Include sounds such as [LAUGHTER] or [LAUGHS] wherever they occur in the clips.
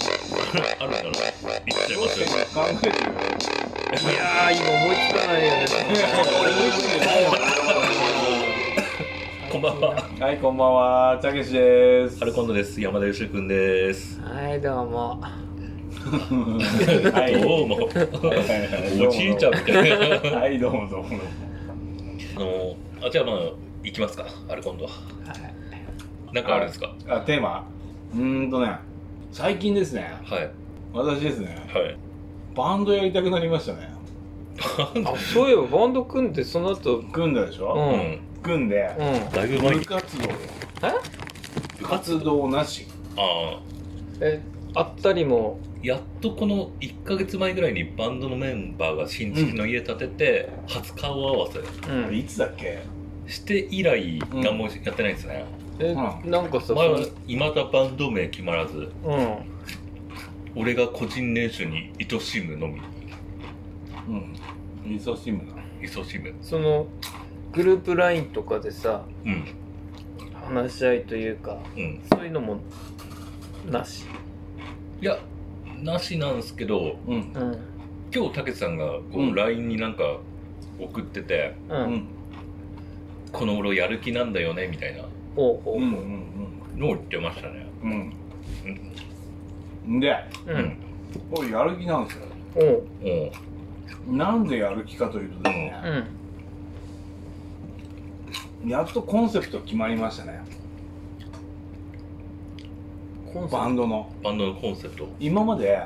あるから行っちゃいますよね考えてるいやー、今思いつかないよね。こんばんははいこんばんはたけしですアルコンドです山田由くんですはい、どうも。はいどうもはいおじいちゃんみたいなはいどうもどうもどうもあのあじゃあまあ行きますかアルコンドはなんかあるんですかあテーマうーんとね最近ですねはい私ですねはいバンドやりたくなりましたねあ、そういえばバンド組んで、その後、組んだでしょ、ううんん組んでうん。だいぶ前部に活動え部活動なしああえ、あったりも、やっとこの1か月前ぐらいにバンドのメンバーが新築の家建てて、初顔合わせうん。いつだっけして以来何もやってないんですね、え、うんなんかさ、前そは未だバンド名決まらずのうん。俺が個人練習に愛しむのみうん忙しいもんな勤しむその、グループラインとかでさ、うん話し合いというか、うんそういうのも、なし。いやなしなんですけどうんうん。今日たけしさんがこううん LINE になんか送ってて、う。うんんこの頃やる気なんだよねみたいなほうほううんうんほのを言ってましたねうんうんうんでう。うん。これやる気なんですよおう。おうなんでやる気かというとですね、うん。やっとコンセプト決まりましたねコンバンドのバンドのコンセプト今まで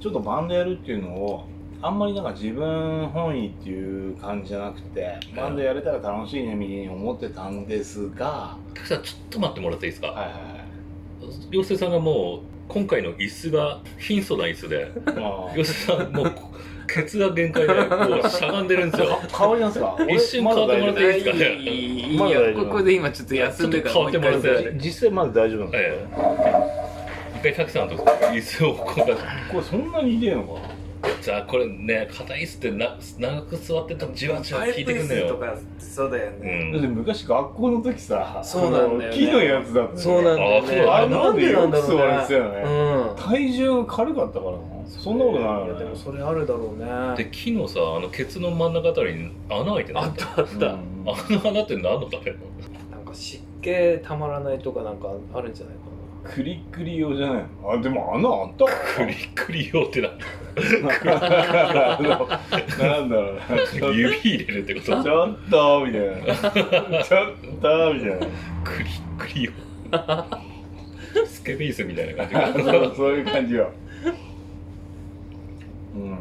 ちょっとバンドやるっていうのをあんまりなんか自分本位っていう感じじゃなくてバンドやれたら楽しいねみたいに思ってたんですがたけしさんちょっと待ってもらっていいですか、はい良生さんがもう今回の椅子が貧相な椅子ではいはい良生さんもうこケツが限界でこうしゃがんでるんですよあ変わりますか一瞬変わってもらっていいですかいいいいまだ大よ丈夫ここで今ちょっと休んでからちょっと変わってもらって実際まだ大丈夫なんえかえ一回たけしさんと椅子をこう出しこれそんなにひでえのかじゃあこれね硬い椅子ってな長く座ってたらじわじわ効いてくんだとよかそうだようね、だってん昔学校の時さそうなんだよねあの木のやつだったよねそうなんだよね。ああそうれなんでよく座れてたよね、うん。体重軽かったからなそんなことないよねやでもそれあるだろうねで木のさあのケツの真ん中あたりに穴開いてなかあっったたあった、うんあの穴って何のためのなんか湿気たまらないとかなんかあるんじゃないかクリクリ用じゃないのあでも穴あったクリクリ用ってなんだあの [LAUGHS] なんだろうなちょ指入れるってことちょっとみたいなちょっとみた [LAUGHS] いクリク [LAUGHS] リ用スケベ椅子みたいな感じ [LAUGHS] なそうそういう感じようん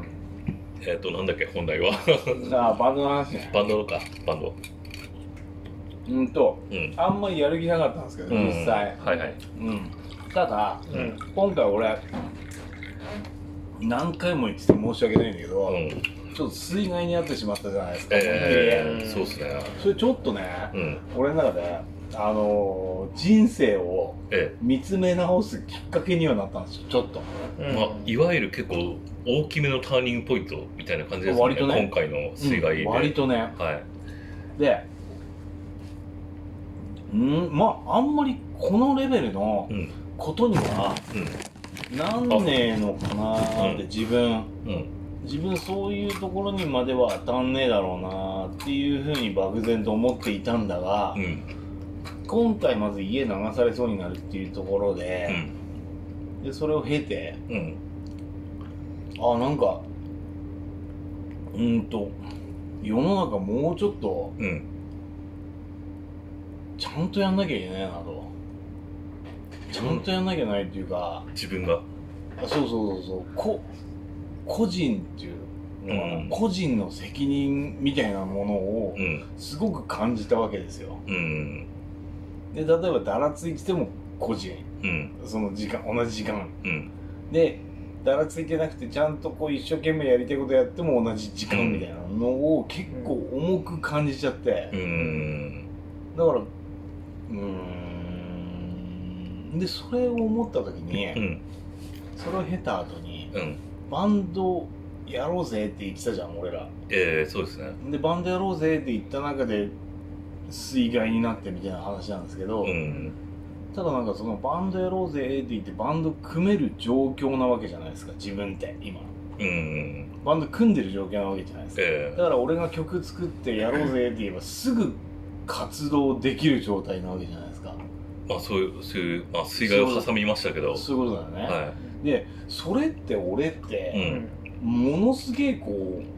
えっとなんだっけ本題は [LAUGHS] あバンドの話ねバンドかバンドうんとうんあんまりやる気なかったんですけど、うん実際、はいはいうん、ただなうん今回俺何回も言ってて申し訳ないんだけど、うんちょっと水害に遭ってしまったじゃないですか、えうーんそうっすねそれちょっとね、うん俺の中であのー人生をえ見つめ直すきっかけにはなったんですよちょっとうえんまあいわゆる結構大きめのターニングポイントみたいな感じですね割とね今回の水害で、うん割とねはいでうんまああんまりこのレベルのうんことにはうなんねえのかなーってうん自分んうん自分そういうところにまでは当たんねえだろうなーっていうふうに漠然と思っていたんだが、うん今回まず家流されそうになるっていうところうで,、んでそれを経てうんあなんかうーんと世の中もうちょっとうんちゃんとやんなきゃいけないなとちゃんとやんなきゃいけないっていうか、自分があそうそうそうそうこ個人っていうのかなうん個人の責任みたいなものをうんすごく感じたわけですようんで例えばだらついてても個人うんその時間同じ時間うんでだらついてなくてちゃんとこう一生懸命やりたいことやっても同じ時間みたいなのを結構重く感じちゃって、うんだからうーんでそれを思った時に、うんそれを経た後にうんバンドやろうぜって言ってたじゃん俺らええそうですねでバンドやろうぜって言った中で水害になってみたいな話なんですけど、うんただなんかそのバンドやろうぜって言ってバンド組める状況なわけじゃないですか自分って今うんバンド組んでる状況なわけじゃないですかえだから俺が曲作ってやろうぜって言えばすぐ活動できる状態なわけじゃないですかえまあそういうそういう、まあ、水害を挟みましたけどはそういうことだよね、いでそれって俺って、ううんものすげえこう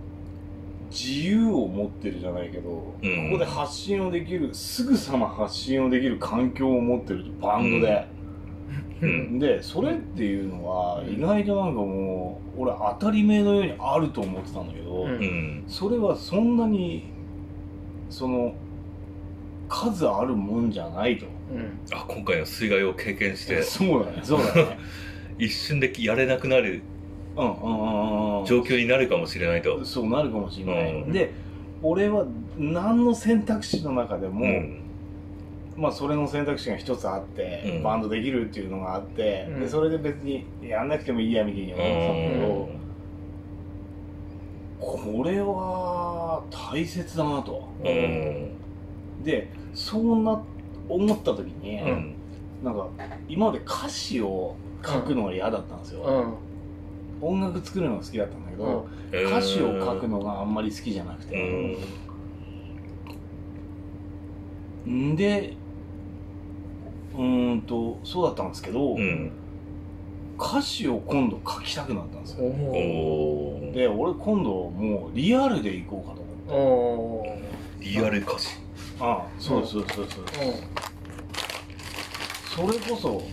自由を持ってるじゃないけど、うんここで発信をできるすぐさま発信をできる環境を持ってるバンドで、うんでそれっていうのは意外となんかもう俺当たり前のようにあると思ってたんだけど、うんうんそれはそんなにその数あるもんじゃないと。うんあ今回の水害を経験してそうだね、そうだ [LAUGHS] ね。一瞬でやれなくなるうんうんうんうんうん。状況になるかもしれないとそうなるかもしれない、うんで俺は何の選択肢の中でも、うんまあそれの選択肢が一つあって、うんバンドできるっていうのがあって、うんでそれで別にやんなくてもいいやみたいにう思ってたんだけど、んこれは大切だなとう。んでそうな思った時に、うんなんか今まで歌詞を書くのが嫌だったんですうよ、ん音楽作るのが好きだったんだけうど、ん歌詞を書くのがあんまり好きじゃなくうて、んんでうーんとそうだったんですけど、うん歌詞を今度書きたくなったんですよおおおーで俺今度もうリアルでいこうかと思っておおーリアル歌詞ああそうそうそうそううんそれこそ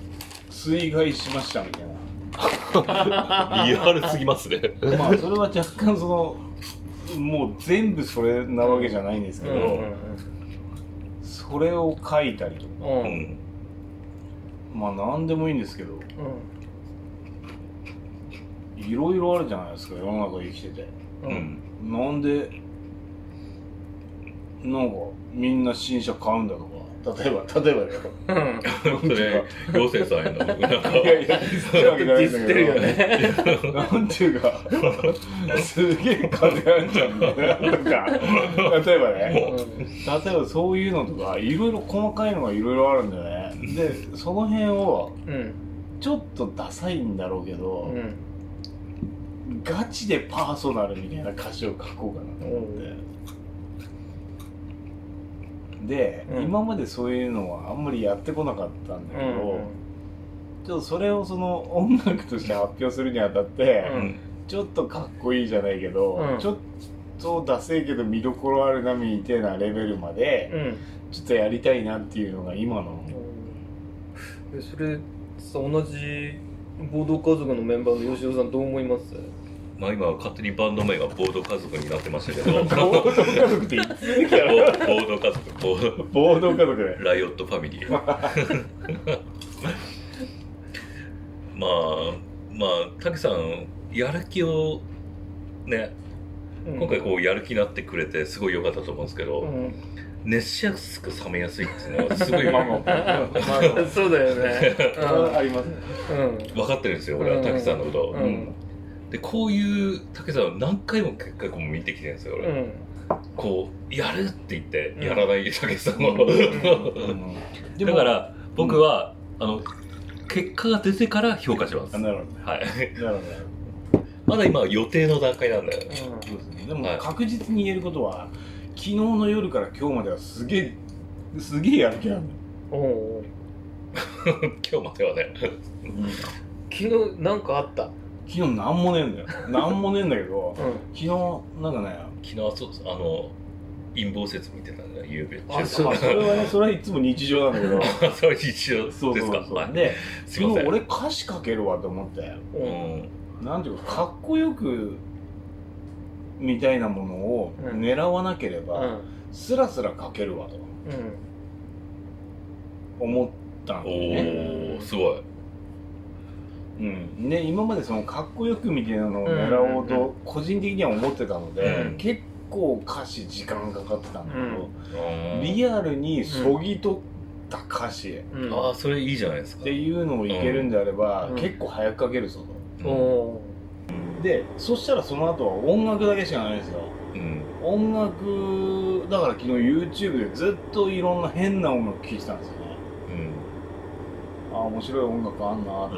水害しましたみたいリアルすぎますねなまあそれは若干そのもう全部それなわけじゃないんですけうど、んうんそれを書いたりとかうんううんんまあ何でもいいんですけどいろいろあるじゃないですか世の中生きててううんんなんでなんかみんな新車買うんだとか例えば例えばだようそんれ妖精さんへのなんかいやいやディスってるわけじゃないんだけどディスってるよねなんていうかすげえ風あんじゃんみたいなとか例えばね例えばそういうのとかいろいろ細かいのがいろいろあるんだよねでその辺をうんちょっとダサいんだろうけうど、んガチでパーソナルみたいな歌詞を書こうかなと思って。で、うん今までそういうのはあんまりやってこなかったんだけど、ちょっとそれをその音楽として発表するにあたって、うんちょっとかっこいいじゃないけど、うんちょっとダセいけど見どころあるなみたいなレベルまで、うんちょっとやりたいなっていうのが今のえそれさ同じ暴動家族のメンバーの吉尾さんどう思いますまあ今は勝手にバンド名がボード家族になってましたけ [LAUGHS] ど暴動家族って言い続けたらボボード家族ボード暴動家族でライオットファミリーまあまあ滝さんやる気をね今回こうやる気になってくれてすごい良かったと思うんですけど、うん、熱しやすく冷めやすいっていうのはすごいまあ [LAUGHS] 分まあまあまあそうだよねそれはありますねうんかってるんですよ俺は滝さんのことを、うんうんでこういう滝さんを何回も結果も見てきてるんですよう俺、んこうやるって言ってやらない竹さんを、うんでだもから僕は、あの結果が出てから評価しますあなるほどはい、なるほどなるほどまだ今予定の段階なんだよねそうですねでもはい確実に言えることは昨日の夜から今日まではすげえすげえやる気なんだよ、おうおう今日まではね昨日なんかあった昨日なんもねえんだよなんもねえんだけどう昨日なんかね昨日はそうあの陰謀説見てたんだよ夕べ [LAUGHS] あそうまあそれはねそれはいつも日常なんだけどそれ一応ですかそうそうそうはい、でいす昨ま日せん俺歌詞書けるわと思ってんううんんなんていうかかっこよくみたいなものをうん狙わなけれうば、んスラスラ書けるわと思ったんだよね、おおすごいうん、で今までそのかっこよくみたいなのを狙おううんうんうと個人的には思ってたので、うん結構歌詞時間かかってたんだけど、うんリアルにそぎ取った歌詞うんああそれいいじゃないですっかていうのをいけるんであれば、うん結構早く書けるぞうんおおとでそしたらその後は音楽だけしかないんですようん音楽だから昨日 YouTube でずっといろんな変な音楽聴いてたんですよねうん面白い音楽あんなって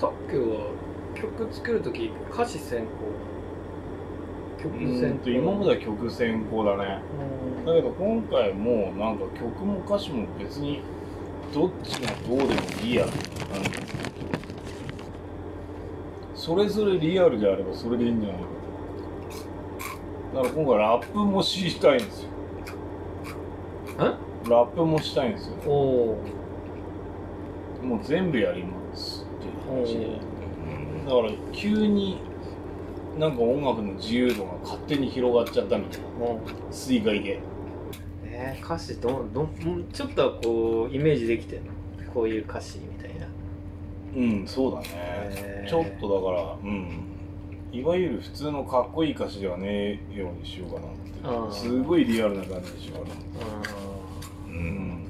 タッケは曲作るとき歌詞先行曲う先ん行と今までは曲先行だねうんだけど今回もうなんか曲も歌詞も別にどっちがどうでもいいやなんかそれぞれリアルであればそれでいいんじゃないかだから今回ラップもしたいんですよラップもしたいんですよおおもう全部やりますっていう話でうんだから急になんか音楽の自由度が勝手に広がっちゃったみたいな水害でねえ歌詞どんどんもうちょっとはこうイメージできてんのこういう歌詞みたいなうんそうだねへえちょっとだからうんいわゆる普通のかっこいい歌詞ではねえようにしようかなあーってすごいリアルな感じにしようかなうううんん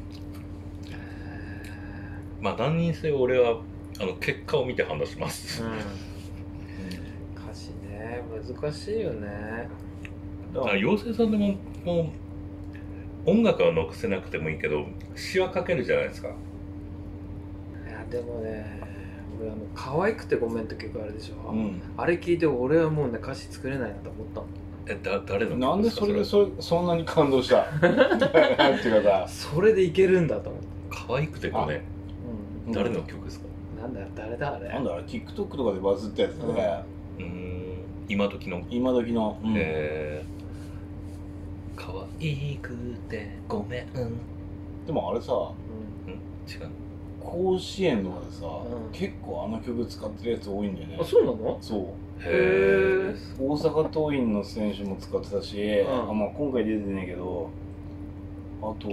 まあ何にせよ俺はあの結果を見て判断しますん、うん、歌詞ね難しいよねだから妖精さんでももう音楽は残せなくてもいいけど詩は書けるじゃないですかいやでもね俺あの「可愛くてごめん」って曲あるでしょ、うんあれ聞いて俺はもうね歌詞作れないなと思ったもんえだ誰のなんでそれでかそれそんなに感動したっていうかさそれでいけるんだと思って、可愛くてごめんうん誰の曲ですかなんだ誰だあれなんだろう TikTok とかでバズったやつで、ねうーん今時の今時の、うんえー、可愛くてごめん違でもあれさうんう甲子園とかでさ、うん結構あの曲使ってるやつ多いんだよねあそうなのそうへえ大阪桐蔭の選手も使ってたし、うんあまあ、今回出てねえけどあと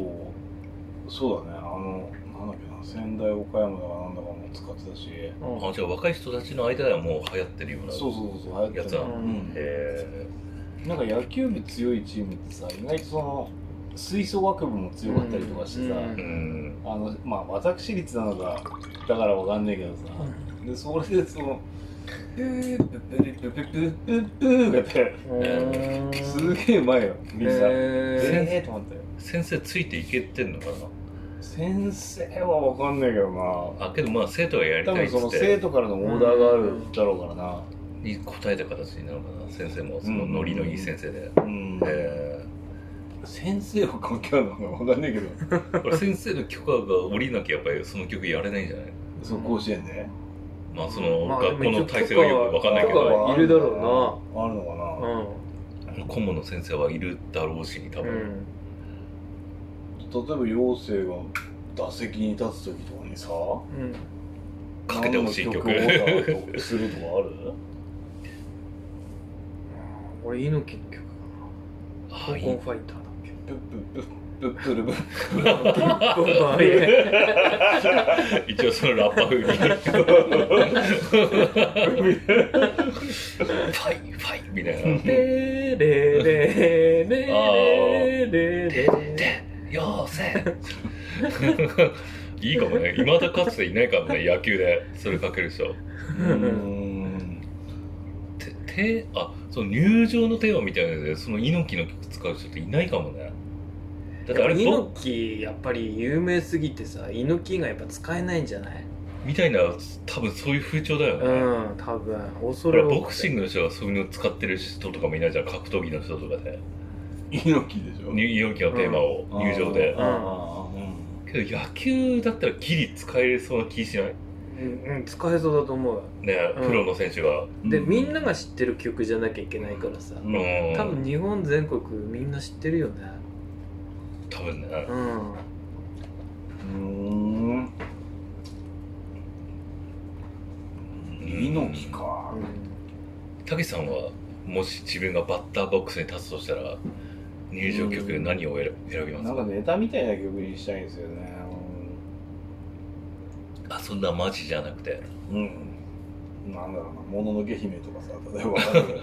そうだねあのなんだっけな仙台岡山だかなんだかも使ってたしあじゃあ若い人たちの間ではもう流行ってるようなそうそうそうそう流行ってたやつはうんへなんか野球部強いチームってさ意外とその吹奏楽部も強かったりとかしてさ、うんえうんあのまあ私立なのかだからわかんないけどさ、でそれでその「プーププリプププププー」がってうんすげえうまいよみんな。ええー、と思ったよ先生ついていけてんのか先生はわかんないけどななあけどまあ生徒がやり多たいっ分そつっの生て徒からのオーダーがあるだろうからなに答えた形になるのかな先生もそのノリのいい先生で、うん、え先生は関係あるのかわかんないけどーこれ先生の許可が下りなきゃやっぱりその曲やれないんじゃないその甲子園で、まあそのまあ学校の体制はよくわかんないけ許可どは、いるだろうなあるのかな、顧問の先生はいるだろうし多う分、ん例えば妖精が打席に立つ時とかにさうんかけてほしい曲何の曲をオーダーするとかある俺猪木の曲かあなあ香いい港ファイターだっけプップップップップルブ [LAUGHS] 一応そのラッパ風にファイファイみたいなレレレレレレレ「よー [LAUGHS] せ! 」いいかもねいまだかつていないかもね野球でそれかける人うんててあその入場のテーマみたいなのでその猪木の曲使う人っていないかもねだってあれぼ猪木やっぱり有名すぎてさ猪木がやっぱ使えないんじゃないみたいな多分そういう風潮だよね、うん多分恐これれ多くてボクシングの人がそういうの使ってる人とかもいないじゃん格闘技の人とかで猪木でしょ猪木のテーマを入場で、あーけど野球だったらギリ使えそうな気しないうんうん使えそうだと思うね、うんプロの選手が、うんでみんなが知ってる曲じゃなきゃいけないからさううんん、多分日本全国みんな知ってるよね多分ね、うんうん猪木かたけしさんはもし自分がバッターボックスに立つとしたら入場曲何を選選びますなんかかネタみたいな曲にしたいんですよねあそんなマジじゃなくてうん、うんなんだろうな「もののけ姫」とかさ例えばわかる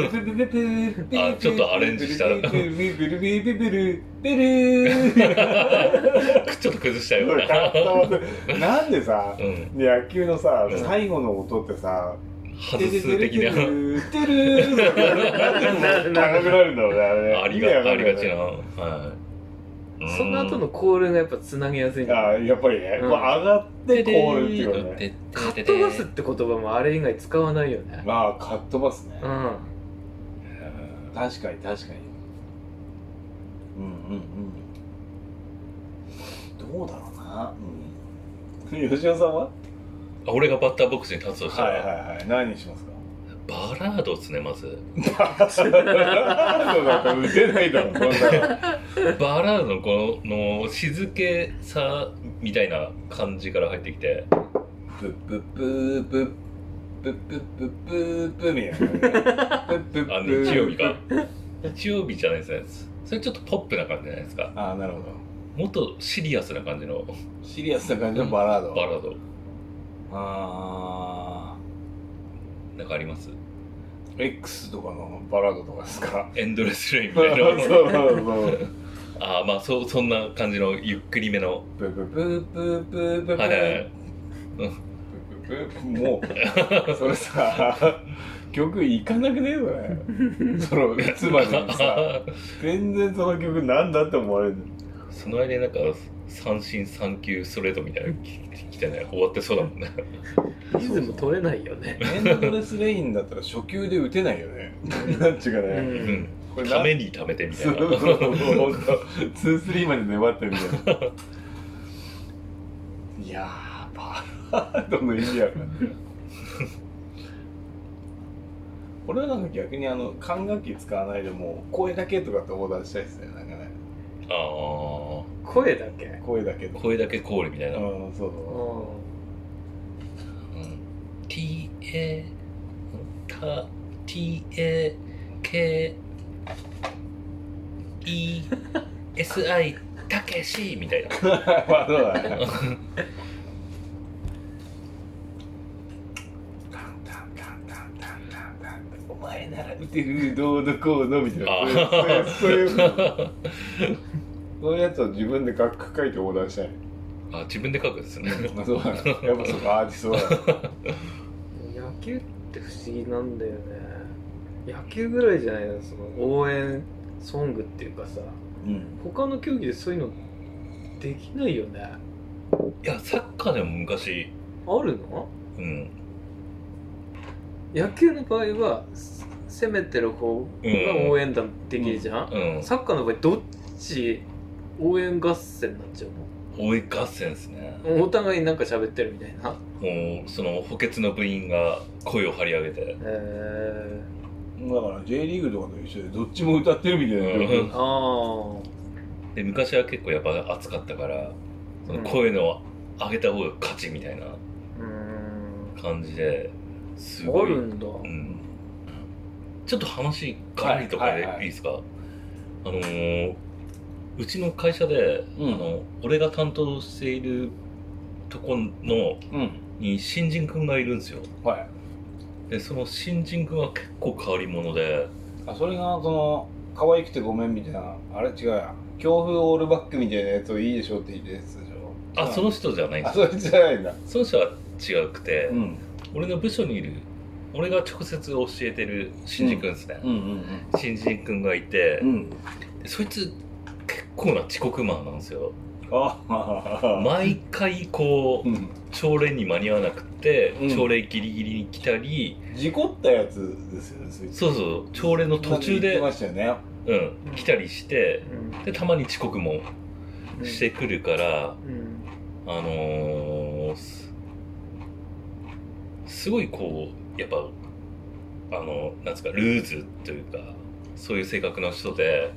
あちょっとアレンジした [LAUGHS] ちょっと崩したような、なんでさうん、野球のさうん最後の音ってさ外す的なてるてるてるなるな長るくなるんだろうねあれねあり意味わがかあんりいよがちな、ねはい、うんその後のコールがやっぱつなげやすいんだあーやっぱりね、うんまあ上がってこうっていうことねカットバスって言葉もあれ以外使わないよねまあかっ飛ばすね、うん確かに確かにうんうんうんどうだろうな、うん、吉尾さんはあ俺がバッターボックスに立つとしたら、はいはいはい何にしますかバラードですねまずそうだったら打てないだろこんなのバラードのこの静けさみたいな感じから入ってきてプップップープップップップップープーみたいなプップップあー日曜日か日曜日じゃないですねそれちょっとポップな感じじゃないですかああなるほどもっとシリアスな感じのシリアスな感じのバラードバラードあなんかありますー X とかのバラードとかですかエンドレスレインみそうたいそうなそうああまあそそんな感じのゆっくりめのブーブーブーブーブーブーブーはいはいはいブーブーもうそれさ曲いかなくねえそれその打つまでにさ全然その曲なんだって思われる [LAUGHS] その間になんか三振三球ストレートみたいなのききてね終わってそうだもんねリズム取れないよねエンドレスレインだったら初級で打てないよねなんちゅうかううね、んこためににためてみたい [LAUGHS] そうなそうほんとツースリーまで粘ってるみたいないやーバラードの意味わかんない俺はなんか逆にあの管楽器使わないでもう声だけとかってオーダーしたいですねなんかねあ声だけ声だけあとか声だけコールみたいな、うんそうそうううん TA た TAK ESI たけしみた [LAUGHS] いなまあそうだねタンタンタンタンタンタンタンお前なら打てるどうのこうのみたいなあそういうそういうそういうやつを自分で楽譜書いてオーダーしたいあ自分で書くんですねまあそうだねやっぱそうかアーティストだねん野球って不思議なんだよね野球ぐらいじゃないのその応援ソングっていうかさうん他の競技でそういうのできないよねいやサッカーでも昔あるのうん野球の場合はせ攻めてる方が応援団できるじゃん、うんサッカーの場合どっち応援合戦になっちゃう応援合戦ですねのお互いなんか喋ってるみたいなもうその補欠の部員が声を張り上げてえだから J リーグとかと一緒でどっちも歌ってるみたいな状況ー、ああで昔は結構やっぱ暑かったからその声の上げた方が勝ちみたいなうーん感じですあごい、るうんだん、ちょっと話変わりとかはいではいはいいいですか、あのーうちの会社で、うんあの俺が担当しているとこのうんに新人くんがいるんですよはいでその新人くんは結構変わり者であそれがその可愛くてごめんみたいなあれ違うや強風オールバックみたいなやつをいいでしょうって言ってるやつでしょあその人じゃないんであすそれじゃないんだその人は違くて、うん俺の部署にいる俺が直接教えてる新人くんですね、うんうん新人くんがいてう、んでそいつ結構な遅刻マンなんですよああ毎回こううん朝礼に間に合わなくて、うん朝礼ギリギリに来たり事故ったやつですよねそいつそうそう朝礼の途中言っでて、ましたよねうん、来たりしてでたまに遅刻もうんしてくるから、うんあのーすすごいこうやっぱあのなんですかルーズというかそういう性格の人で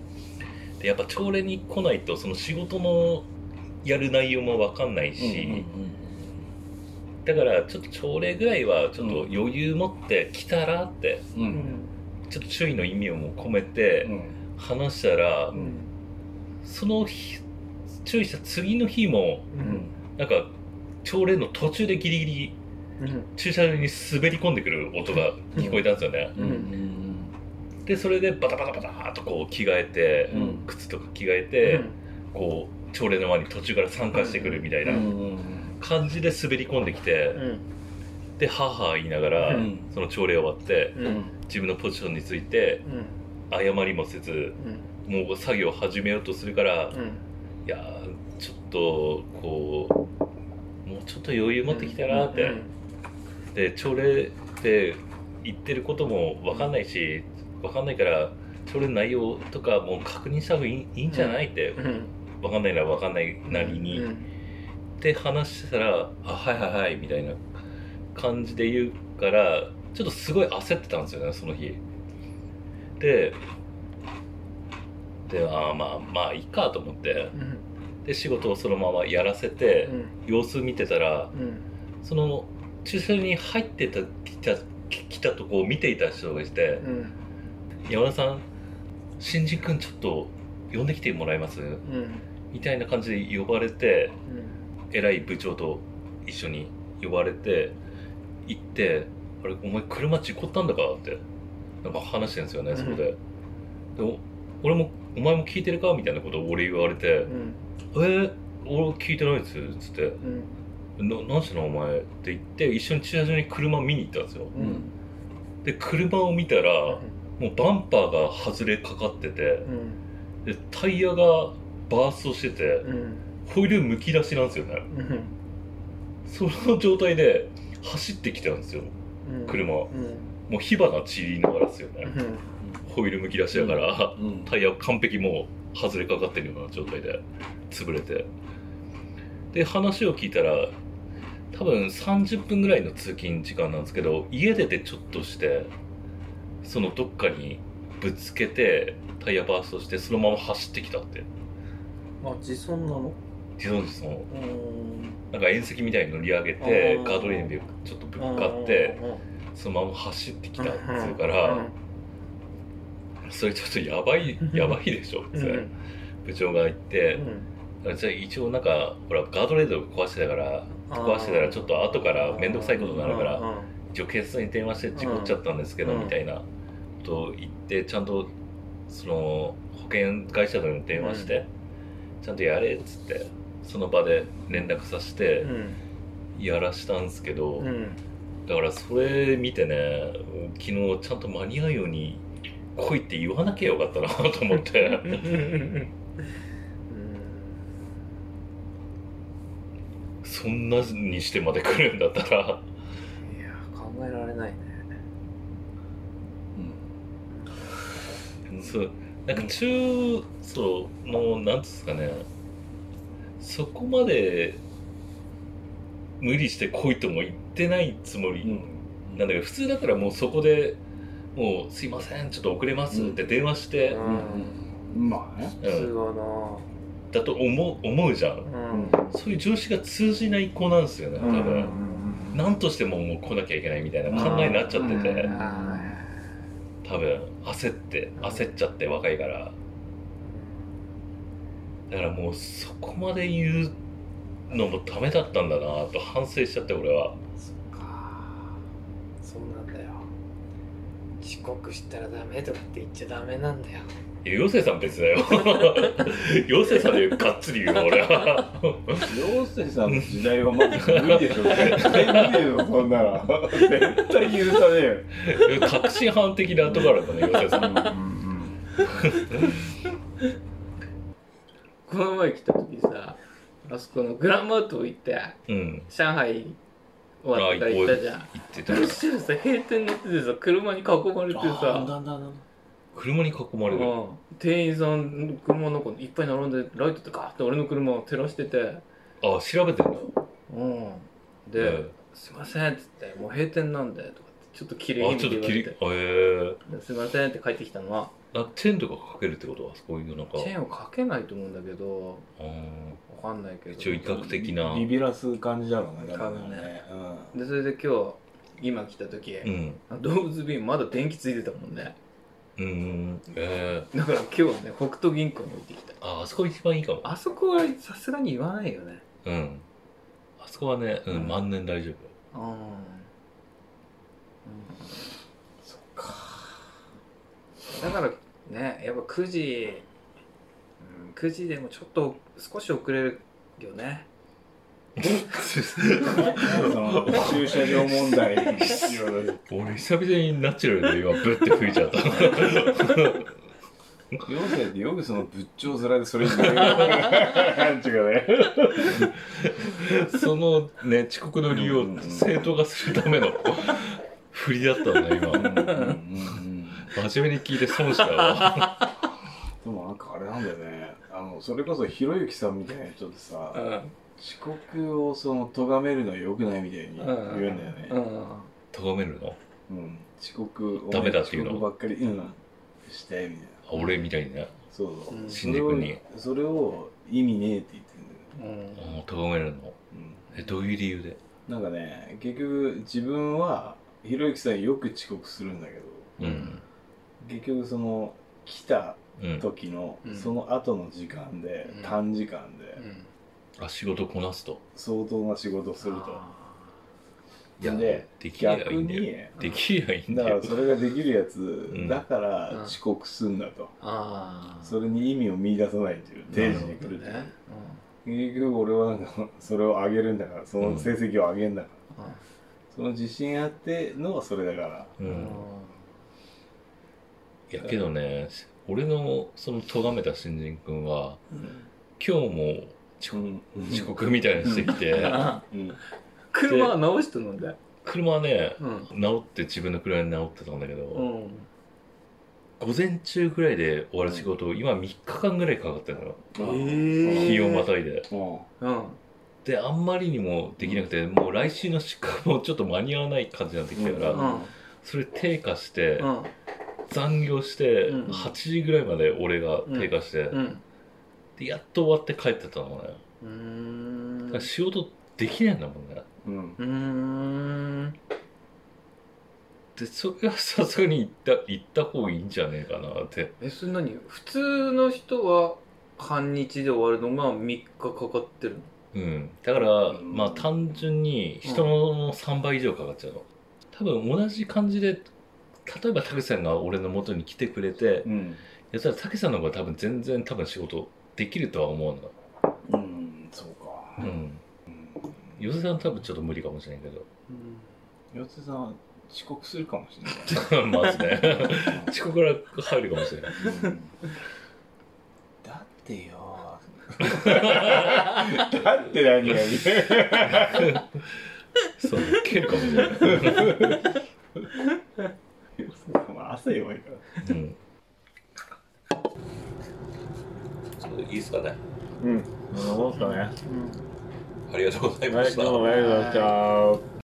でやっぱ朝礼に来ないとその仕事のやる内容も分かんないし、だからちょっと朝礼ぐらいはちょっと余裕持って来たらって、うんううんんちょっと注意の意味をも込めてうん話したら、うんその日注意した次の日もううんんなんか朝礼の途中でギリギリうん駐車場に滑り込んでくる音が聞こえたんですよね、うんでそれでバタバタバターっとこう着替えて、うん靴とか着替えて、こう朝礼の前に途中から参加してくるみたいなうん感じで滑り込んできて、うんでで母言いながら、うんその朝礼終わってうんうん自分のポジションについて謝りもせずもう作業を始めようとするから、うんうんいやーちょっとこうもうちょっと余裕持ってきたなって、で朝礼って言ってることも分かんないし分かんないから朝礼の内容とかも確認した方がいいいいんじゃないってうんうん分かんないなら分かんないなりに、うっんて話してたら「あはいはいはい」みたいな感じで言うからちょっとすごい焦ってたんですよねその日。でであーまあまあいいかと思ってうんで仕事をそのままやらせて、様子見てたらうんその駐車場に入ってた来た来たとこを見ていた人がいてうん「山田さん新人君ちょっと呼んできてもらえます?うん」みたいな感じで呼ばれてうん偉い部長と一緒に呼ばれて行って「あれお前車事故ったんだか?」ってなんか話してるんですよねそこで。でお俺も「お前も聞いてるか?」みたいなことを俺言われてうん「えー、俺聞いてないです」つってうんな何してんのお前って言って一緒に駐車場に車見に行ったんですようんで車を見たらもうバンパーが外れかかっててうんでタイヤがバーストしててうんホイールむき出しなんですよねうんその状態で走ってきたんですようん車もうんう火花散りながらですよねうんホイールむき出しだからうんタイヤ完璧もう外れかかってるような状態で潰れてで話を聞いたら多分30分ぐらいの通勤時間なんですけど家出てちょっとしてそのどっかにぶつけてタイヤバーストしてそのまま走ってきたってあ自尊なの自動自のうーんなんか縁石みたいに乗り上げてあーガードレーンでちょっとぶっかってそのまま走ってきたっつうかうらんそれちょっとやばいやばいでしょっうてん部長が言って。じゃあ一応なんかほらガードレールを壊してたからあー壊してたらちょっと後から面倒くさいことになるかうらん一応警察に電話して事故っちゃったんですけどうんみたいなことを言ってちゃんとその保険会社とかに電話してちゃんとやれっつってその場で連絡させてうんやらしたんですけどうんだからそれ見てね昨日ちゃんと間に合うように来いって言わなきゃよかったなと思って。そんなにしてまで来るんだったらいや考えられないねそうなんか中層のなんつうんですかねそこまで無理して来いとも言ってないつもりなんだけど普通だからもうそこでもう「すいませんちょっと遅れます」って電話して、ううんんまあねう普通んはだと思う思うじゃんなうんそういう上司が通じない子なんですよね多うん分、なんとしてももう来なきゃいけないみたいな考えになっちゃってて、うんあ多分焦って焦っちゃって若いからだからもうそこまで言うのもダメだったんだなと反省しちゃって俺はあかそうなんだよ遅刻したらダメとかって言っちゃダメなんだよいや妖精さん別だよ [LAUGHS] 妖精さんでがっつり言うよ俺は陽水さんの時代はまず無理でしょ絶対無理でしょそんなの絶対許さねえよ確信犯的なところだったね妖精さんこの前来た時さあそこのグランマウト行ってうん上海終わってから行ったじゃん言ってたそしたらさ閉店になっててさ車に囲まれてさ、車に囲まうれるん、店員さんの車の中にいっぱい並んでライトとかって俺の車を照らしてて、あ調べてんだうん、で、すいません」っつって「もう閉店なんで」とかってちょっと綺麗あにちょっ言とわ切れりてえー、 「すいません」って帰ってきたのはあチェーンとかかけるってことはそういうなんかチェーンをかけないと思うんだけどあーわかんないけど一応威嚇的なビビらす感じだろうねだから多分ねうんでそれで今日今来た時、うんあ動物便まだ電気ついてたもんねうんえだから今日ね北斗銀行に置いてきたー、ああそこ一番いいかもあそこはさすがに言わないよねうんあそこはね、うん、万年大丈夫うん、うん、そっかだからねやっぱ9時、うん、9時でもちょっと少し遅れるよねその駐車場問題 [LAUGHS] 俺久々にナチュラルで今ブッて吹いちゃった行政ってよくその仏頂面でそれ言ってるなんちゅうかねそのね遅刻の理由を正当化するための振りだったんだ今真面目に聞いて損したわでもなんかあれなんだよねあのそれこそひろゆきさんみたいな人ってさ、うん遅刻をその咎めるのは良くないみたいに言うんだよね、うん咎めるのうん、遅刻ダメだっていうのお前遅刻ばっかり、うん、してみたいなあ俺みたいにねそうそう、うん新宿にそれをそれを意味ねえって言ってんだよ、うんあ咎めるのうんえどういう理由でなんかね結局自分はひろゆきさんよく遅刻するんだけどうん結局その来たうん時の、うんその後の時間で、うん短時間でうんあ仕事こなすと相当な仕事をするといやでできりゃい逆いんだによできりゃいいんだだかよらそれができるやつ、んだかうんら遅刻すんだと、ああそれに意味を見出さないっていう定時に来るっていうね結局俺はなんか [LAUGHS] それを上げるんだからその成績を上げるんだから、その自信あってのはそれだからううんんいやけどね俺のその咎めた新人君は今日も遅うん遅刻みたいにしてきてうん車は直してるので車はねうん直って自分の車に直ってたんだけど、うん午前中ぐらいで終わる仕事を今3日間ぐらいかかってるのよへー日をまたいでうんうんであんまりにもできなくてもう来週の出荷もちょっと間に合わない感じになってきたから、うんそれ低下して、うん残業してうん8時ぐらいまで俺が低下して、うんでやっと終わって帰ってたのね、うーんだから仕事できないんだもんねうんうーんでそれはさすがに行った行った方がいいんじゃねえかなってえそれ何普通の人は半日で終わるのが3日かかってるのうん、だから、うんまあ単純に人の3倍以上かかっちゃうの、多分同じ感じで例えばたけさんが俺の元に来てくれて、うんやったらたけさんの方が多分全然多分仕事できるとは思うのうんそうかうん寄せさん多分ちょっと無理かもしれんけ四つさんは遅刻するかもしれないど [LAUGHS] まずね遅刻から入るかもしれないうんだってよだって何がそう蹴るかもしれない、朝弱いからうん、ちょっといいですかね。うんそんなもんすかねありがとうございはまいした。どうもありがとうございました